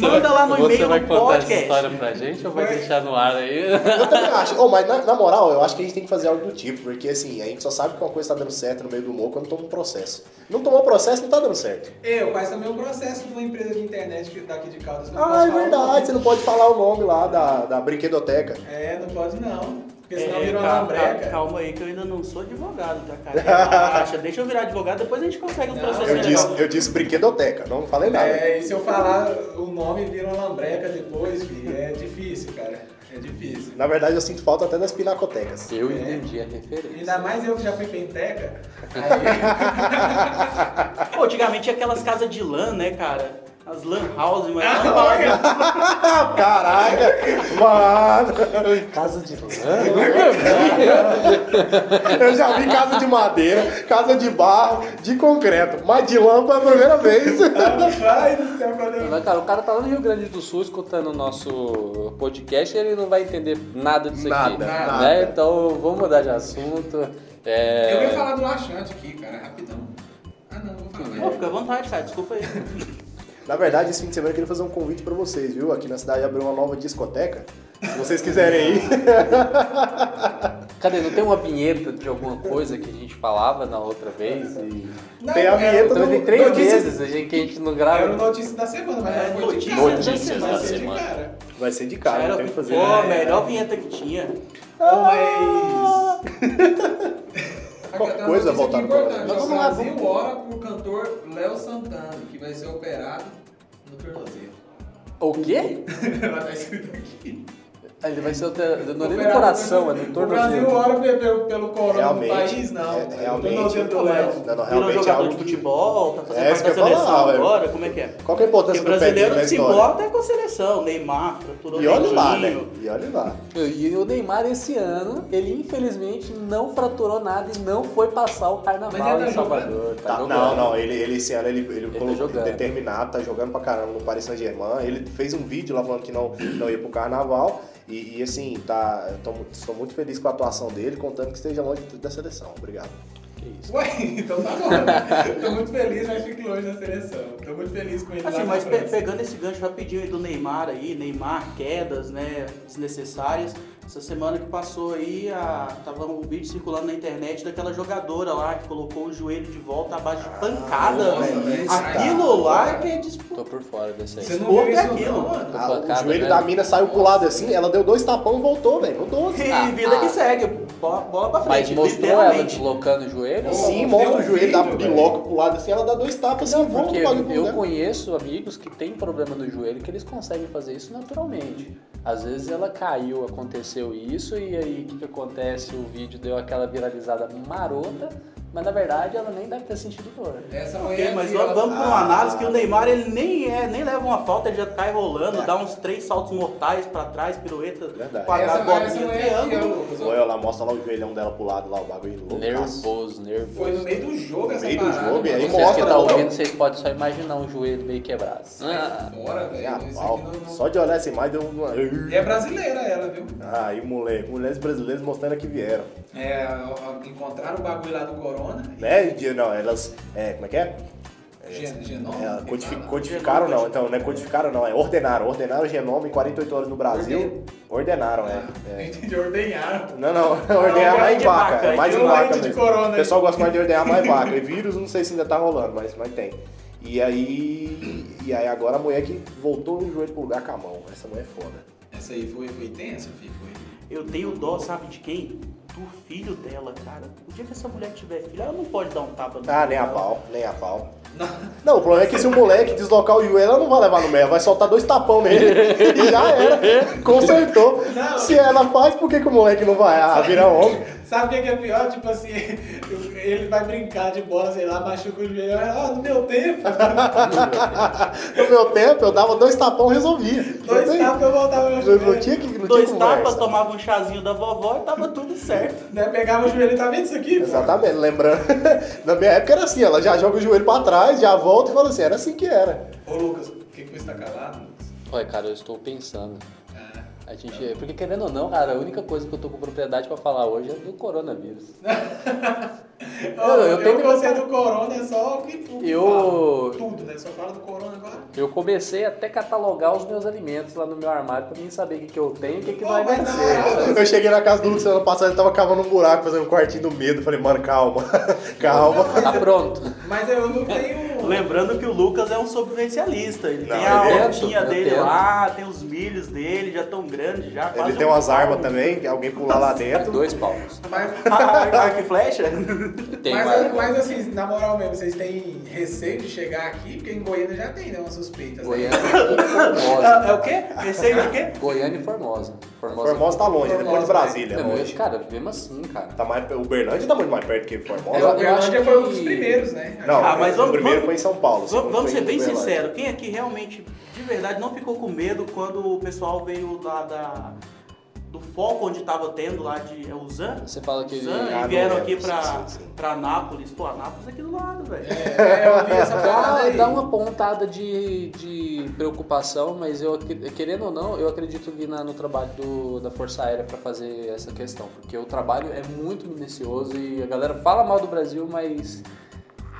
Speaker 6: Manda lá no
Speaker 1: Você
Speaker 6: e-mail
Speaker 1: vai
Speaker 6: do
Speaker 1: contar essa
Speaker 6: podcast.
Speaker 1: história pra gente ou vai deixar no ar aí?
Speaker 3: Eu também acho. Oh, mas na, na moral, eu acho que a gente tem que fazer algo do tipo, porque assim, a gente só sabe que uma coisa tá dando certo no meio do humor quando toma um processo. Não tomou processo, não tá dando certo.
Speaker 2: Eu, mas também o processo de uma empresa de internet que daqui de Caldas não
Speaker 3: Ah,
Speaker 2: posso
Speaker 3: é
Speaker 2: falar um o
Speaker 3: verdade, você não pode falar o nome lá da, da brinquedoteca.
Speaker 2: nome. É, não pode não. Porque senão
Speaker 6: É,
Speaker 2: virou
Speaker 6: calma,
Speaker 2: uma breca.
Speaker 6: calma, calma aí que eu ainda não sou advogado, tá, cara? Relaxa, deixa eu virar advogado, depois a gente consegue um
Speaker 2: Não,
Speaker 6: processo
Speaker 3: Eu
Speaker 2: Você
Speaker 6: legal.
Speaker 3: disse, eu disse brinquedoteca, não falei nada.
Speaker 2: É, e se eu falar o nome vira uma lambreca depois, filho, é difícil, cara. É difícil.
Speaker 3: Na verdade, eu sinto falta até das pinacotecas.
Speaker 1: Eu entendi a referência.
Speaker 2: Ainda mais eu que já fui penteca. Aí,
Speaker 6: Pô, antigamente tinha aquelas casas de lã, né, cara? As lan houses, mas...
Speaker 2: olha,
Speaker 3: Caraca, mano.
Speaker 1: Casa de lã? Nunca
Speaker 3: Eu já vi casa de madeira, casa de barro, de concreto, mas de lâmpada a primeira vez.
Speaker 2: vai do céu quando eu.
Speaker 1: vi. Mas, cara, o cara tá lá no Rio Grande do Sul escutando o nosso podcast e ele não vai entender nada disso aqui.
Speaker 3: Nada,
Speaker 1: né?
Speaker 3: nada.
Speaker 1: Então vamos mudar de assunto. É...
Speaker 2: Eu ia falar do laxante aqui, cara, rapidão. Ah não, vou falar.
Speaker 6: Pô, fica à vontade, cara, desculpa aí.
Speaker 3: Na verdade, esse fim de semana eu queria fazer um convite pra vocês, viu? Aqui na cidade abriu uma nova discoteca. Se vocês quiserem ir.
Speaker 1: Cadê? Não tem uma vinheta de alguma coisa que a gente falava na outra vez? E...
Speaker 2: Não,
Speaker 3: Tem a
Speaker 2: era-
Speaker 3: vinheta
Speaker 1: Então,
Speaker 3: do-
Speaker 1: tem três
Speaker 3: notícias-
Speaker 1: vezes a gente, que a gente não
Speaker 2: Era o
Speaker 1: grava.
Speaker 2: notícia da semana, mas
Speaker 6: É,
Speaker 2: não foi de
Speaker 6: notícias
Speaker 2: cara.
Speaker 5: da
Speaker 2: vai ser de
Speaker 5: semana.
Speaker 2: cara.
Speaker 3: Vai ser de
Speaker 6: Já
Speaker 3: cara,
Speaker 6: era
Speaker 3: não tem o que fazer.
Speaker 6: Pô,
Speaker 3: né?
Speaker 6: a melhor vinheta que tinha.
Speaker 2: Pô, mas.
Speaker 3: Qual
Speaker 2: Tem é uma
Speaker 3: coisa
Speaker 2: notícia
Speaker 3: voltar
Speaker 2: aqui
Speaker 3: pro
Speaker 2: importante.
Speaker 3: Brasil.
Speaker 2: O
Speaker 3: Vamos lá,
Speaker 2: Brasil ora pro cantor Léo Santana, que vai ser operado no tornozelo.
Speaker 1: O quê?
Speaker 2: Ela tá escrito aqui.
Speaker 1: Ah, Ele vai ser alterado. Não é nem no
Speaker 2: Operado
Speaker 1: coração, é
Speaker 2: pelo-
Speaker 1: no
Speaker 2: O Brasil
Speaker 1: tornozelo.
Speaker 2: ora pe- pelo, pelo corona
Speaker 3: Realmente,
Speaker 2: no país, não.
Speaker 3: é,
Speaker 2: Eu tô
Speaker 3: realmente.
Speaker 2: notando
Speaker 6: Pô,
Speaker 2: do
Speaker 6: mas
Speaker 3: Não,
Speaker 2: Léo.
Speaker 3: não,
Speaker 6: virou
Speaker 3: realmente é
Speaker 6: jogador
Speaker 3: algo
Speaker 6: de
Speaker 3: que-
Speaker 6: futebol, tá fazendo
Speaker 3: É, isso
Speaker 6: parte da
Speaker 3: que eu ia
Speaker 6: seleção
Speaker 3: falar, velho.
Speaker 6: agora, como é que é?
Speaker 3: Qual que é a importância
Speaker 6: Porque
Speaker 3: do
Speaker 6: brasileiro
Speaker 3: Pedrinho na
Speaker 6: não se
Speaker 3: história?
Speaker 6: importa é com a seleção. Neymar, fraturou
Speaker 3: E olha lá, né?
Speaker 6: dentinho.
Speaker 3: E olha lá.
Speaker 1: E o Neymar esse ano, ele infelizmente não fraturou nada e não foi passar o
Speaker 2: Mas
Speaker 1: carnaval
Speaker 2: ele tá
Speaker 1: em Salvador.
Speaker 3: Tá,
Speaker 1: jogando.
Speaker 3: não, não, ele, ele esse ano ele, ele, é
Speaker 1: tá
Speaker 3: colocou
Speaker 1: jogando.
Speaker 3: determinado, tá jogando pra caramba no Paris Saint-Germain. Ele fez um vídeo lá falando que não, não ia pro carnaval. E, e, assim, tá, eu tô, mu- estou muito feliz com a atuação dele, contando que esteja longe da seleção. Obrigado.
Speaker 1: Que isso.
Speaker 2: Ué, então tá bom. Tô muito feliz, mas fico longe da seleção. Tô muito feliz com ele.
Speaker 6: Assim,
Speaker 2: lá na
Speaker 6: mas pe-
Speaker 2: França.
Speaker 6: pegando esse gancho rapidinho aí do Neymar aí, Neymar, quedas, né, desnecessárias. Essa semana que passou aí, a, tava um vídeo circulando na internet daquela jogadora lá que colocou o joelho de volta abaixo de pancada,
Speaker 3: Ah,
Speaker 2: nossa, velho,
Speaker 6: velho.
Speaker 2: isso
Speaker 6: Aquilo
Speaker 2: tá-
Speaker 6: lá que é disputa.
Speaker 1: Tô por fora dessa
Speaker 2: Você
Speaker 1: aí.
Speaker 2: não viu
Speaker 6: Escuta
Speaker 2: isso
Speaker 6: aquilo.
Speaker 2: não, mano?
Speaker 3: Ah,
Speaker 1: pancada,
Speaker 3: o joelho
Speaker 1: né?
Speaker 3: da mina saiu pro lado assim, ela deu dois tapão e voltou, velho. Voltou.
Speaker 6: E vida
Speaker 1: ah.
Speaker 6: que segue, bola, bola pra
Speaker 1: Mas
Speaker 6: frente,
Speaker 1: mostrou ela
Speaker 6: literalmente.
Speaker 1: deslocando o joelho?
Speaker 2: Nossa,
Speaker 3: Sim,
Speaker 2: tem
Speaker 3: mostra
Speaker 2: um
Speaker 3: o joelho da
Speaker 2: vídeo,
Speaker 3: biloca pro lado assim, ela dá dois tapas assim, volta
Speaker 1: Porque
Speaker 3: o bagulho pro
Speaker 1: eu
Speaker 3: lugar.
Speaker 1: conheço amigos que têm problema no joelho que eles conseguem fazer isso naturalmente. Às vezes ela caiu, aconteceu isso, e aí o que, que acontece? O vídeo deu aquela viralizada marota, mas na verdade ela nem deve ter sentido dor.
Speaker 2: Essa mulher
Speaker 6: Ok, mas
Speaker 2: aqui,
Speaker 6: vamos
Speaker 2: ela-
Speaker 6: vamos pra uma
Speaker 3: Ah.
Speaker 6: análise que o Neymar ele nem é, nem leva uma falta, ele já cai rolando, dá uns três saltos mortais pra trás, pirueta,
Speaker 3: Verdade.
Speaker 2: Essa é
Speaker 6: quadrado,
Speaker 2: mulher- essa
Speaker 6: bolinha,
Speaker 2: mulher aqui,
Speaker 6: triângulo.
Speaker 2: ó,
Speaker 3: Olha lá, mostra lá o joelhão dela pro lado lá, o bagulho louco.
Speaker 1: Nervoso, nervoso.
Speaker 2: Foi no meio do jogo essa
Speaker 3: meio do
Speaker 2: parada.
Speaker 3: jogo, e aí
Speaker 2: mano.
Speaker 1: Vocês
Speaker 3: mostra,
Speaker 1: que tá
Speaker 3: não.
Speaker 1: ouvindo, vocês podem só imaginar um joelho meio quebrado. Ah.
Speaker 2: Bora, velho.
Speaker 3: Ah,
Speaker 2: isso
Speaker 3: pau.
Speaker 2: aqui não- não-
Speaker 3: Só de olhar assim, mais deu uma...
Speaker 2: E é brasileira ela, viu?
Speaker 3: Aí, moleque, mulheres brasileiras mostrando que vieram.
Speaker 2: É, ó, ó, encontraram o bagulho lá do corona.
Speaker 3: Né? De- Não, elas. É, como é que é?
Speaker 2: Gen- Genoma?
Speaker 3: É,
Speaker 2: que
Speaker 3: codifi-
Speaker 2: fala?
Speaker 3: codificaram não, então, não é codificaram não, é ordenaram. Ordenaram o genoma em 48 horas no Brasil. Ordenaram, é.
Speaker 2: Eu
Speaker 3: é.
Speaker 2: Ah, entendi, ordenharam.
Speaker 3: Não, não, ordenar
Speaker 6: é
Speaker 3: mais
Speaker 6: de
Speaker 3: vaca,
Speaker 6: vaca,
Speaker 3: é mais
Speaker 2: de
Speaker 3: de
Speaker 2: leite
Speaker 3: vaca
Speaker 2: de
Speaker 3: mesmo.
Speaker 2: corona,
Speaker 3: O pessoal gosta mais de ordenar mais vaca. E vírus, não sei se ainda tá rolando, mas, mas tem. E aí. E aí agora a mulher que voltou o joelho pro lugar com a mão. Essa mulher é foda.
Speaker 2: Essa aí foi, foi tensa, filho. Foi.
Speaker 6: Eu tenho dó, sabe de quem? Do filho dela, cara. O dia que essa mulher tiver filho, ela não pode dar um tapa no
Speaker 3: Ah,
Speaker 6: filho
Speaker 3: nem a
Speaker 6: dela.
Speaker 3: pau, nem a pau.
Speaker 2: Não,
Speaker 3: Não, o problema é que se o moleque deslocar o joelho, ela não vai levar no meio, vai soltar dois tapão nele. E já era, consertou.
Speaker 2: Não.
Speaker 3: Se ela faz, por que, que o moleque não vai? Ah, virar homem.
Speaker 2: Sabe o que é que é pior? Tipo assim, ele vai brincar de bola, sei lá, machuca o joelho. Ah, no meu tempo,
Speaker 3: No meu tempo, eu dava dois tapão e resolvia.
Speaker 2: dois
Speaker 3: não, tem-
Speaker 2: é. tapas eu voltava meu
Speaker 3: não, não
Speaker 2: joelho.
Speaker 3: tinha que não
Speaker 6: Dois
Speaker 3: tinha
Speaker 6: tapas,
Speaker 3: conversa.
Speaker 6: tomava um chazinho da vovó e tava tudo certo.
Speaker 2: Né? Pegava o joelho, tá vendo isso aqui? pô?
Speaker 3: Exatamente, lembrando. Na minha época era assim, ela já joga o joelho pra trás, já volta e fala assim, era assim que era.
Speaker 2: Ô Lucas, por que que você tá calado, Lucas?
Speaker 1: Olha, cara, eu estou pensando.
Speaker 2: Ah,
Speaker 1: A gente, porque querendo ou não, cara, a única coisa que eu tô com propriedade pra falar hoje é do coronavírus.
Speaker 2: Ó,
Speaker 1: eu tenho
Speaker 2: eu
Speaker 1: que
Speaker 2: gostei do corona, é só o que tudo
Speaker 1: Eu-
Speaker 2: fala. Tudo, né? Só fala do corona agora.
Speaker 1: Eu comecei até catalogar os meus alimentos lá no meu armário pra mim saber o que, que eu tenho e o que, que vai
Speaker 2: Pô, mas na
Speaker 1: vencer.
Speaker 2: moral,
Speaker 3: Eu cheguei na casa do Lucas semana passada, ele tava cavando um buraco, fazendo um quartinho do medo. Falei, mano, calma, calma.
Speaker 1: Tá pronto.
Speaker 2: Mas eu não tenho.
Speaker 6: Lembrando que o Lucas é um sobrevivencialista. Ele
Speaker 3: Não, é,
Speaker 6: tem a
Speaker 1: eu tento,
Speaker 6: hortinha
Speaker 1: eu
Speaker 6: dele
Speaker 1: tento.
Speaker 6: lá, tem os milhos dele, já tão grandes já. quase
Speaker 3: Ele tem
Speaker 6: um
Speaker 3: umas
Speaker 6: palmo.
Speaker 3: armas também, que alguém pular lá dentro.
Speaker 1: Dois palmos.
Speaker 2: Mas,
Speaker 6: Ah, Arco e flecha?
Speaker 1: Tem
Speaker 2: mas,
Speaker 1: mais.
Speaker 2: mas assim, na moral mesmo, vocês têm receio de chegar aqui? Porque em Goiânia já tem, né? Umas suspeitas. né?
Speaker 1: um. Goiânia
Speaker 6: Ah,
Speaker 1: Formosa.
Speaker 6: é o quê? Receio de quê?
Speaker 1: Goiânia e Formosa. Formosa.
Speaker 3: Formosa tá longe, depois de
Speaker 2: Formosa,
Speaker 1: É,
Speaker 3: Brasília, é
Speaker 1: mas,
Speaker 3: longe.
Speaker 1: cara, mesmo assim, cara.
Speaker 3: Tá mais, Uberlândia tá muito mais perto que Formosa.
Speaker 1: Eu-
Speaker 2: Eu,
Speaker 1: eu acho
Speaker 2: já foi um dos
Speaker 1: que-
Speaker 2: primeiros, né?
Speaker 3: Não,
Speaker 6: Ah, mas
Speaker 3: o
Speaker 6: vamos-
Speaker 3: primeiro
Speaker 6: vamos-
Speaker 3: foi em São Paulo. o
Speaker 6: Vamos,
Speaker 3: segundo
Speaker 6: vamos
Speaker 3: foi
Speaker 6: ser
Speaker 3: em
Speaker 6: bem
Speaker 3: Uberlândia.
Speaker 6: sinceros, quem aqui realmente, de verdade, não ficou com medo quando o pessoal veio lá da, do foco onde tava tendo lá de é, Usan?
Speaker 1: Você fala que ele.
Speaker 6: Usan
Speaker 3: Ah,
Speaker 6: e vieram
Speaker 3: não,
Speaker 6: aqui
Speaker 3: é,
Speaker 6: pra,
Speaker 3: sim, sim.
Speaker 6: pra Nápoles. Pô, a Nápoles é aqui do lado, velho.
Speaker 2: É, eu vi essa parada
Speaker 1: Dá,
Speaker 2: aí.
Speaker 1: dá uma pontada de, de preocupação, mas eu acre- querendo ou não, eu acredito que na- no trabalho do- da Força Aérea para fazer essa questão, porque o trabalho é muito minucioso e a galera fala mal do Brasil, mas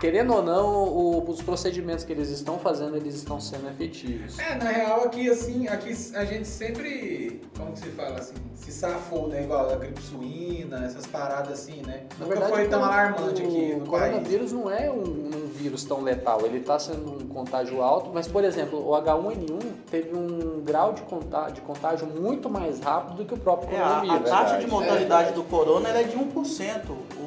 Speaker 1: querendo ou não, o- os procedimentos que eles estão fazendo, eles estão sendo efetivos.
Speaker 2: É, na real, aqui assim, aqui a gente sempre, como que se fala assim, se safou, né? Igual a gripe suína, essas paradas assim, né?
Speaker 1: Na
Speaker 2: Nunca
Speaker 1: verdade,
Speaker 2: foi tão
Speaker 1: o-
Speaker 2: alarmante aqui
Speaker 1: O
Speaker 2: no país.
Speaker 1: coronavírus não é um, um vírus tão letal, ele está sendo um contágio alto, mas, por exemplo, o H1N1 teve um grau de contágio, de contágio muito mais rápido do que o próprio
Speaker 6: É, a, a
Speaker 1: coronavírus.
Speaker 6: taxa de
Speaker 3: verdade.
Speaker 6: mortalidade do corona era de 1%.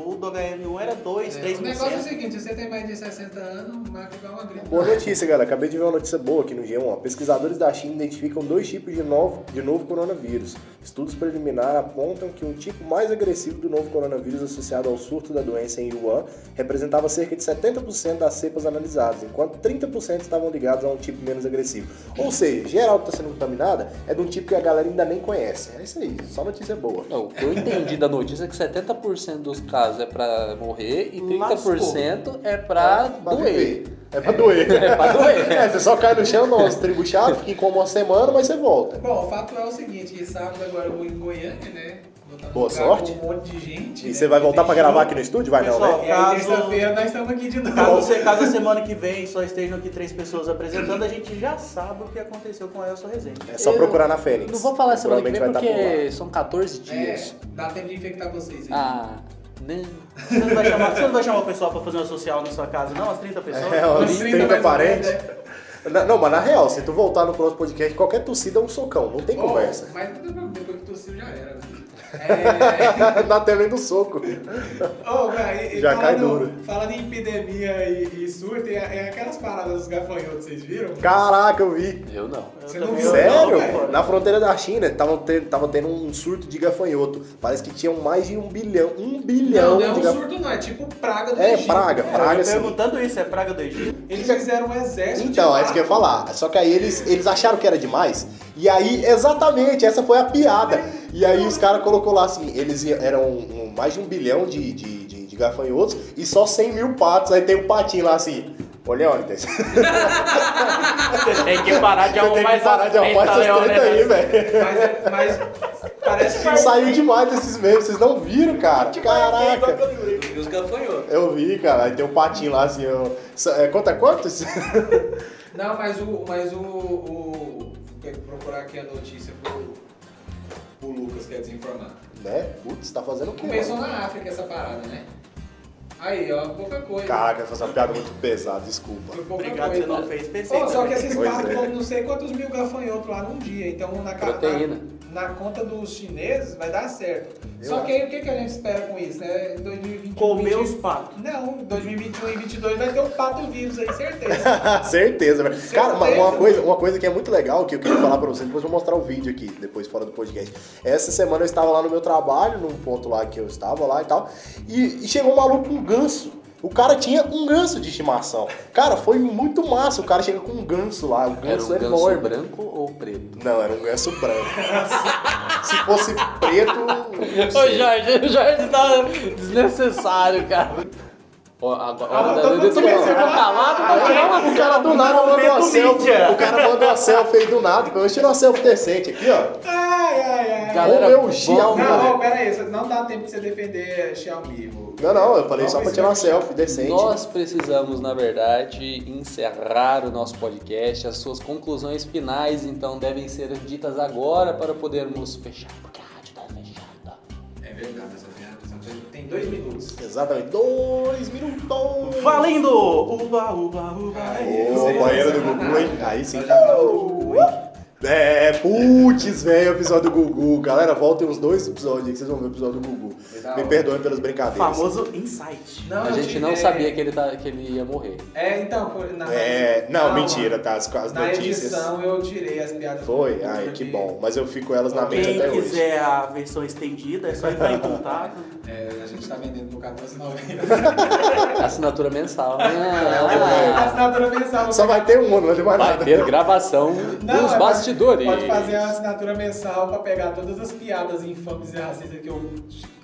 Speaker 6: O do HN1 era 2,
Speaker 2: É,
Speaker 6: 3%.
Speaker 2: o negócio é o seguinte, se você tem mais de 60 anos, vai pegar uma gripe.
Speaker 3: Boa notícia, galera. Acabei de ver uma notícia boa aqui no G1. ó. Pesquisadores da China identificam dois tipos de novo, de novo coronavírus. Estudos preliminares apontam que um tipo mais agressivo do novo coronavírus associado ao surto da doença em Wuhan representava cerca de 70% das cepas analisadas, enquanto 30% estavam ligados a um tipo menos agressivo. Ou seja, geral que está sendo contaminada é de um tipo que a galera ainda nem conhece. É isso aí, só notícia boa.
Speaker 1: Não, o que eu entendi da notícia é que 70% dos casos é pra morrer e 30% é pra doer.
Speaker 3: É pra doer.
Speaker 1: É pra doer.
Speaker 3: É, você só cai no chão, não, você tribuchado, fica em coma uma semana, mas você volta.
Speaker 2: Bom, o fato é o seguinte, que sábado agora eu vou em Goiânia, né? Vou estar num
Speaker 3: Boa
Speaker 2: lugar
Speaker 3: sorte.
Speaker 2: Com um monte de gente.
Speaker 3: E
Speaker 2: né?
Speaker 3: você vai voltar pra gravar aqui no estúdio? Vai não, né?
Speaker 2: E aí,
Speaker 6: Caso-
Speaker 2: terça-feira, nós estamos aqui de novo.
Speaker 6: Caso, você, caso a semana que vem só estejam aqui três pessoas apresentando, a gente já sabe o que aconteceu com o Elson Rezende.
Speaker 3: É só procurar na Fênix.
Speaker 1: Não vou falar semana que vem
Speaker 3: Provavelmente vai estar por
Speaker 1: porque são 14
Speaker 2: É,
Speaker 1: dias.
Speaker 2: dá tempo de infectar vocês aí.
Speaker 1: Ah, não.
Speaker 6: Você não vai chamar, você não vai chamar o pessoal pra fazer uma social na sua casa, não? As 30 pessoas?
Speaker 3: É, ó.
Speaker 2: Uns
Speaker 3: uns 30
Speaker 2: 30 mais né? ou menos,
Speaker 3: parentes. lá. Na- Não, mas na real, se tu voltar no próximo podcast, qualquer tossida é um socão, não tem
Speaker 2: Bom,
Speaker 3: conversa.
Speaker 2: Mas não tem problema, depois que tossiu já era. né? É...
Speaker 3: na tela nem do um soco.
Speaker 2: Ô, velho, e- e
Speaker 3: Já cai
Speaker 2: falando-
Speaker 3: duro.
Speaker 2: Falando em epidemia e, e surto, é, é aquelas paradas dos gafanhotos, vocês viram?
Speaker 3: Caraca, eu vi.
Speaker 1: Eu não.
Speaker 6: Eu
Speaker 2: Você
Speaker 6: também-
Speaker 2: não
Speaker 6: eu-
Speaker 2: Não,
Speaker 3: Sério?
Speaker 2: velho.
Speaker 3: na fronteira da China, tava tendo, tava tendo um surto de gafanhoto. Parece que tinham mais de um bilhão. Um bilhão
Speaker 2: não, não é um
Speaker 3: de gafanhoto.
Speaker 2: surto, não, é tipo praga do
Speaker 3: É,
Speaker 2: Egito.
Speaker 3: praga,
Speaker 6: eu
Speaker 3: praga,
Speaker 6: tô
Speaker 3: sim.
Speaker 6: perguntando isso, é praga do Egito?
Speaker 2: Eles fizeram um exército.
Speaker 3: Então,
Speaker 2: de
Speaker 3: é isso que eu ia falar. Só que aí eles, eles acharam que era demais. E aí, exatamente, essa foi a piada. E aí os caras colocou lá assim, eles iam- eram um- um- mais de um bilhão de, de, de- de gafanhotos e só 100 mil patos. Aí tem um patinho lá assim, ô Leônidas, você
Speaker 6: Você tem que parar de
Speaker 3: tem que parar de arrumar essas treta aí, velho.
Speaker 2: Mas, é, mas parece que.
Speaker 3: Saiu demais esses memes, vocês não viram, cara. Caraca.
Speaker 2: E os gafanhotos.
Speaker 3: Eu vi, cara. Aí tem um patinho lá assim, ó. "Sa- é, conta quantos?
Speaker 2: Não, mas o. Mas o, o tem que procurar aqui a notícia pro, pro Lucas, que é desinformado.
Speaker 3: né? Putz, tá fazendo o quê?
Speaker 2: Começou
Speaker 3: mano?
Speaker 2: na África essa parada, né? Aí, ó, pouca coisa.
Speaker 3: Caraca, essa é uma piada muito pesada, desculpa.
Speaker 2: Foi pouca
Speaker 6: Obrigado, você
Speaker 2: coisa.
Speaker 6: não fez. né? Pensei.
Speaker 2: Pô, só que assim, esses
Speaker 3: Pois
Speaker 2: caras
Speaker 3: é.
Speaker 2: comem não sei quantos mil gafanhotos lá num dia. Então, na, ca-
Speaker 1: Proteína.
Speaker 2: na, na conta dos chineses, vai dar certo.
Speaker 3: Eu
Speaker 2: só que
Speaker 3: acho.
Speaker 2: aí, o que, que a gente espera com isso, né? Em 2021...
Speaker 6: Comer
Speaker 2: 20...
Speaker 6: os patos.
Speaker 2: Não, em 2021 e 2022 vai ter o pato vírus aí, certeza.
Speaker 3: Certeza, velho. Cara, uma,
Speaker 2: Certeza.
Speaker 3: uma coisa, uma coisa que é muito legal que eu queria falar pra vocês, depois eu vou mostrar o vídeo aqui, depois fora do podcast. Essa semana eu estava lá no meu trabalho, num ponto lá que eu estava lá e tal, e, e chegou um maluco com um ganso. O cara tinha um ganso de estimação. Cara, foi muito massa. O cara chega com um ganso lá,
Speaker 1: Era
Speaker 3: um
Speaker 1: um
Speaker 3: ganso
Speaker 1: ganso
Speaker 3: enorme.
Speaker 1: branco ou preto?
Speaker 3: Não, era um ganso branco. Se fosse preto. não sei.
Speaker 1: Ô Jorge, o Jorge tá desnecessário, cara. Ó, agora,
Speaker 2: Ah,
Speaker 1: olha,
Speaker 2: todo
Speaker 1: eu
Speaker 2: mundo
Speaker 1: tô
Speaker 2: quer ser
Speaker 1: ficando calado, pra tirar uma
Speaker 3: O cara do nada mandou a
Speaker 6: Momento
Speaker 3: selfie.
Speaker 6: mídia.
Speaker 3: O cara mandou a selfie aí do nada. Eu tirou a selfie decente aqui, ó.
Speaker 2: Ai, ai, ai.
Speaker 1: Galera,
Speaker 3: Ou eu, Gia,
Speaker 1: vamos-
Speaker 2: Não,
Speaker 3: galera.
Speaker 2: ó, pera aí, você- não dá tempo de você defender Xiaomi. ô.
Speaker 3: Não, não, eu falei só pra
Speaker 2: precisa.
Speaker 3: tirar uma selfie decente.
Speaker 1: Nós precisamos, na verdade, encerrar o nosso podcast. As suas conclusões finais, então, devem ser ditas agora para podermos fechar, porque a rádio tá fechada.
Speaker 2: É verdade, essa piada só tem dois minutos.
Speaker 3: Exatamente. Dois minutos.
Speaker 6: Valendo! Uba, uba, uba.
Speaker 2: Aí,
Speaker 3: Ô,
Speaker 2: aí,
Speaker 3: banheira
Speaker 2: aí,
Speaker 3: do Gugu, hein? Aí sim. tá
Speaker 2: Nós já falamos do Gugu, hein?
Speaker 3: É, putz, velho, o episódio do Gugu. Galera, voltem uns dois episódios aí que vocês vão ver o episódio do Gugu.
Speaker 2: Tá
Speaker 3: Me perdoem pelas brincadeiras.
Speaker 6: Famoso insight.
Speaker 2: Não, é.
Speaker 1: a gente
Speaker 2: eu
Speaker 1: não
Speaker 2: te-
Speaker 1: sabia que ele, tá- que ele ia morrer.
Speaker 2: É, então, por- na
Speaker 3: É, não,
Speaker 2: Não,
Speaker 3: mentira, tá? As, as
Speaker 2: na
Speaker 3: notícias.
Speaker 2: edição eu tirei as piadas.
Speaker 3: Foi?
Speaker 2: do Gugu,
Speaker 3: Ai,
Speaker 2: porque-
Speaker 3: que bom. Mas eu fico com elas na mente
Speaker 6: Quem
Speaker 3: até hoje.
Speaker 6: quiser a versão estendida, é só entrar em contato.
Speaker 2: É, a gente tá vendendo por 14,90.
Speaker 1: Assinatura mensal.
Speaker 3: É.
Speaker 1: Ah,
Speaker 2: assinatura mensal.
Speaker 3: Só vai ter um, não vai ter mais
Speaker 1: vai
Speaker 3: nada.
Speaker 1: ter gravação
Speaker 2: Não,
Speaker 1: dos
Speaker 2: é,
Speaker 1: bastidores.
Speaker 2: Pode fazer a assinatura mensal pra pegar todas as piadas infames e racistas que eu,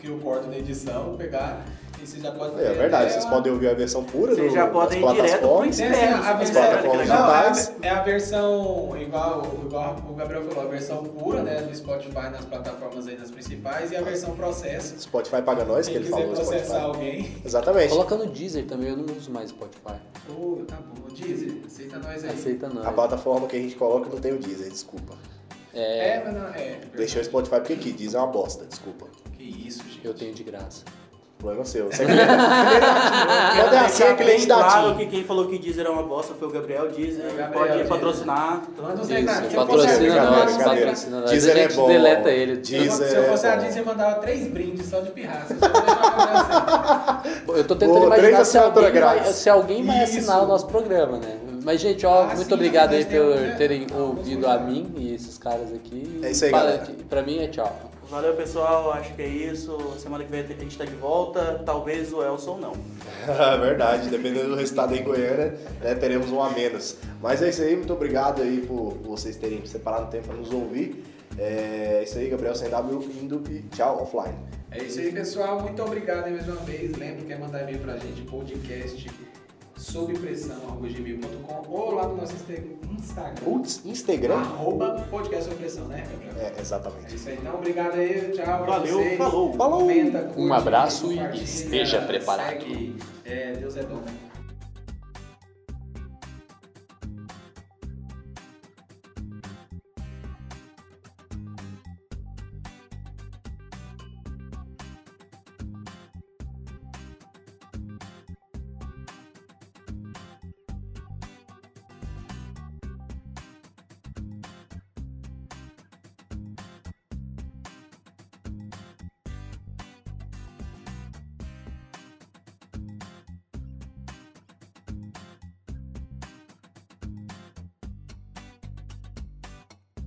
Speaker 2: que eu corto na edição, pegar e você já pode
Speaker 3: É
Speaker 2: ver
Speaker 3: verdade,
Speaker 2: até
Speaker 3: vocês
Speaker 2: a-
Speaker 3: podem ouvir a versão pura
Speaker 6: Vocês
Speaker 3: do,
Speaker 6: já
Speaker 3: das
Speaker 6: podem ir direto pro
Speaker 3: plataformas.
Speaker 2: Tem assim,
Speaker 6: inferno.
Speaker 2: a
Speaker 6: se
Speaker 2: versão,
Speaker 6: quiserem
Speaker 3: plataformas
Speaker 6: aquele
Speaker 2: não, é,
Speaker 3: digitais.
Speaker 2: a- é a versão, igual, igual o Gabriel falou, a versão pura, né, do Spotify nas plataformas aí nas principais e a versão processo.
Speaker 3: Spotify paga nós, que
Speaker 2: Quem
Speaker 3: ele
Speaker 2: quiser
Speaker 3: falou no
Speaker 2: processar
Speaker 3: Spotify.
Speaker 2: alguém,
Speaker 3: Exatamente.
Speaker 1: Coloca no Deezer também, eu não uso mais Spotify.
Speaker 2: pô, tá bom, Deezer, aceita nós aí.
Speaker 1: Aceita não.
Speaker 3: A plataforma que a gente coloca não tem o Deezer, desculpa.
Speaker 1: É,
Speaker 2: É, mas não, é.
Speaker 3: Deixei o Spotify porque aqui, Deezer é uma bosta, desculpa.
Speaker 2: Que isso, gente.
Speaker 1: eu tenho de graça.
Speaker 3: Problema seu. Você é cliente- Pode assim, é cliente da
Speaker 6: claro
Speaker 3: TIM.
Speaker 6: que quem falou que Deezer é uma bosta foi o Gabriel Deezer.
Speaker 2: É, Gabriel
Speaker 6: pode
Speaker 2: Deezer.
Speaker 6: patrocinar.
Speaker 2: Manda os recados,
Speaker 1: Isso,
Speaker 2: se eu fosse a
Speaker 1: patrocina nós,
Speaker 2: Deezer, eu mandava-
Speaker 1: patrocina nós.
Speaker 3: Deezer
Speaker 1: a
Speaker 3: é
Speaker 1: gente
Speaker 3: bom.
Speaker 1: deleta ele.
Speaker 2: Se eu fosse-
Speaker 3: Deezer
Speaker 2: se eu fosse
Speaker 3: é
Speaker 2: a
Speaker 3: bom.
Speaker 2: Disney, eu mandava três brindes só de pirraça. só pra-
Speaker 1: Eu tô tentando
Speaker 3: Pô,
Speaker 1: imaginar
Speaker 3: três
Speaker 1: se alguém,
Speaker 3: assinatura
Speaker 1: vai,
Speaker 3: grátis.
Speaker 1: se alguém vai
Speaker 3: Isso.
Speaker 1: assinar o nosso programa, né? Mas, gente, ó,
Speaker 2: Ah,
Speaker 1: muito
Speaker 2: sim,
Speaker 1: obrigado aí
Speaker 2: mas tem
Speaker 1: por
Speaker 2: um, né?
Speaker 1: terem
Speaker 2: Ah,
Speaker 1: ouvido
Speaker 2: vamos
Speaker 1: a
Speaker 2: lá.
Speaker 1: mim e esses caras aqui.
Speaker 3: É isso aí,
Speaker 1: Fala-
Speaker 3: galera.
Speaker 1: Pra mim é tchau.
Speaker 6: Valeu, pessoal. Acho que é isso. Semana que vem a gente tá de volta. Talvez o Elson não.
Speaker 3: É verdade, dependendo do resultado aí em Goiânia, né, teremos um a menos. Mas é isso aí, muito obrigado aí por vocês terem separado o tempo para nos ouvir. É isso aí, Gabriel Sem W, indo e tchau, offline.
Speaker 2: É isso aí, pessoal. Muito obrigado aí mais uma vez. Lembra que é mandar e-mail pra gente, podcast sob pressão, arroba gmail.com ou lá no nosso Insta- Instagram.
Speaker 3: Putz, Instagram?
Speaker 2: Arroba podcast sob pressão, né, Gabriel?
Speaker 3: É,
Speaker 2: É
Speaker 3: exatamente.
Speaker 2: isso aí, então. Obrigado aí. Tchau. pra
Speaker 6: Valeu,
Speaker 2: vocês.
Speaker 6: falou.
Speaker 3: Falou.
Speaker 2: Comenta, curte,
Speaker 1: Um abraço e
Speaker 2: compartilha,
Speaker 1: esteja preparado.
Speaker 2: segue. É, Deus é bom.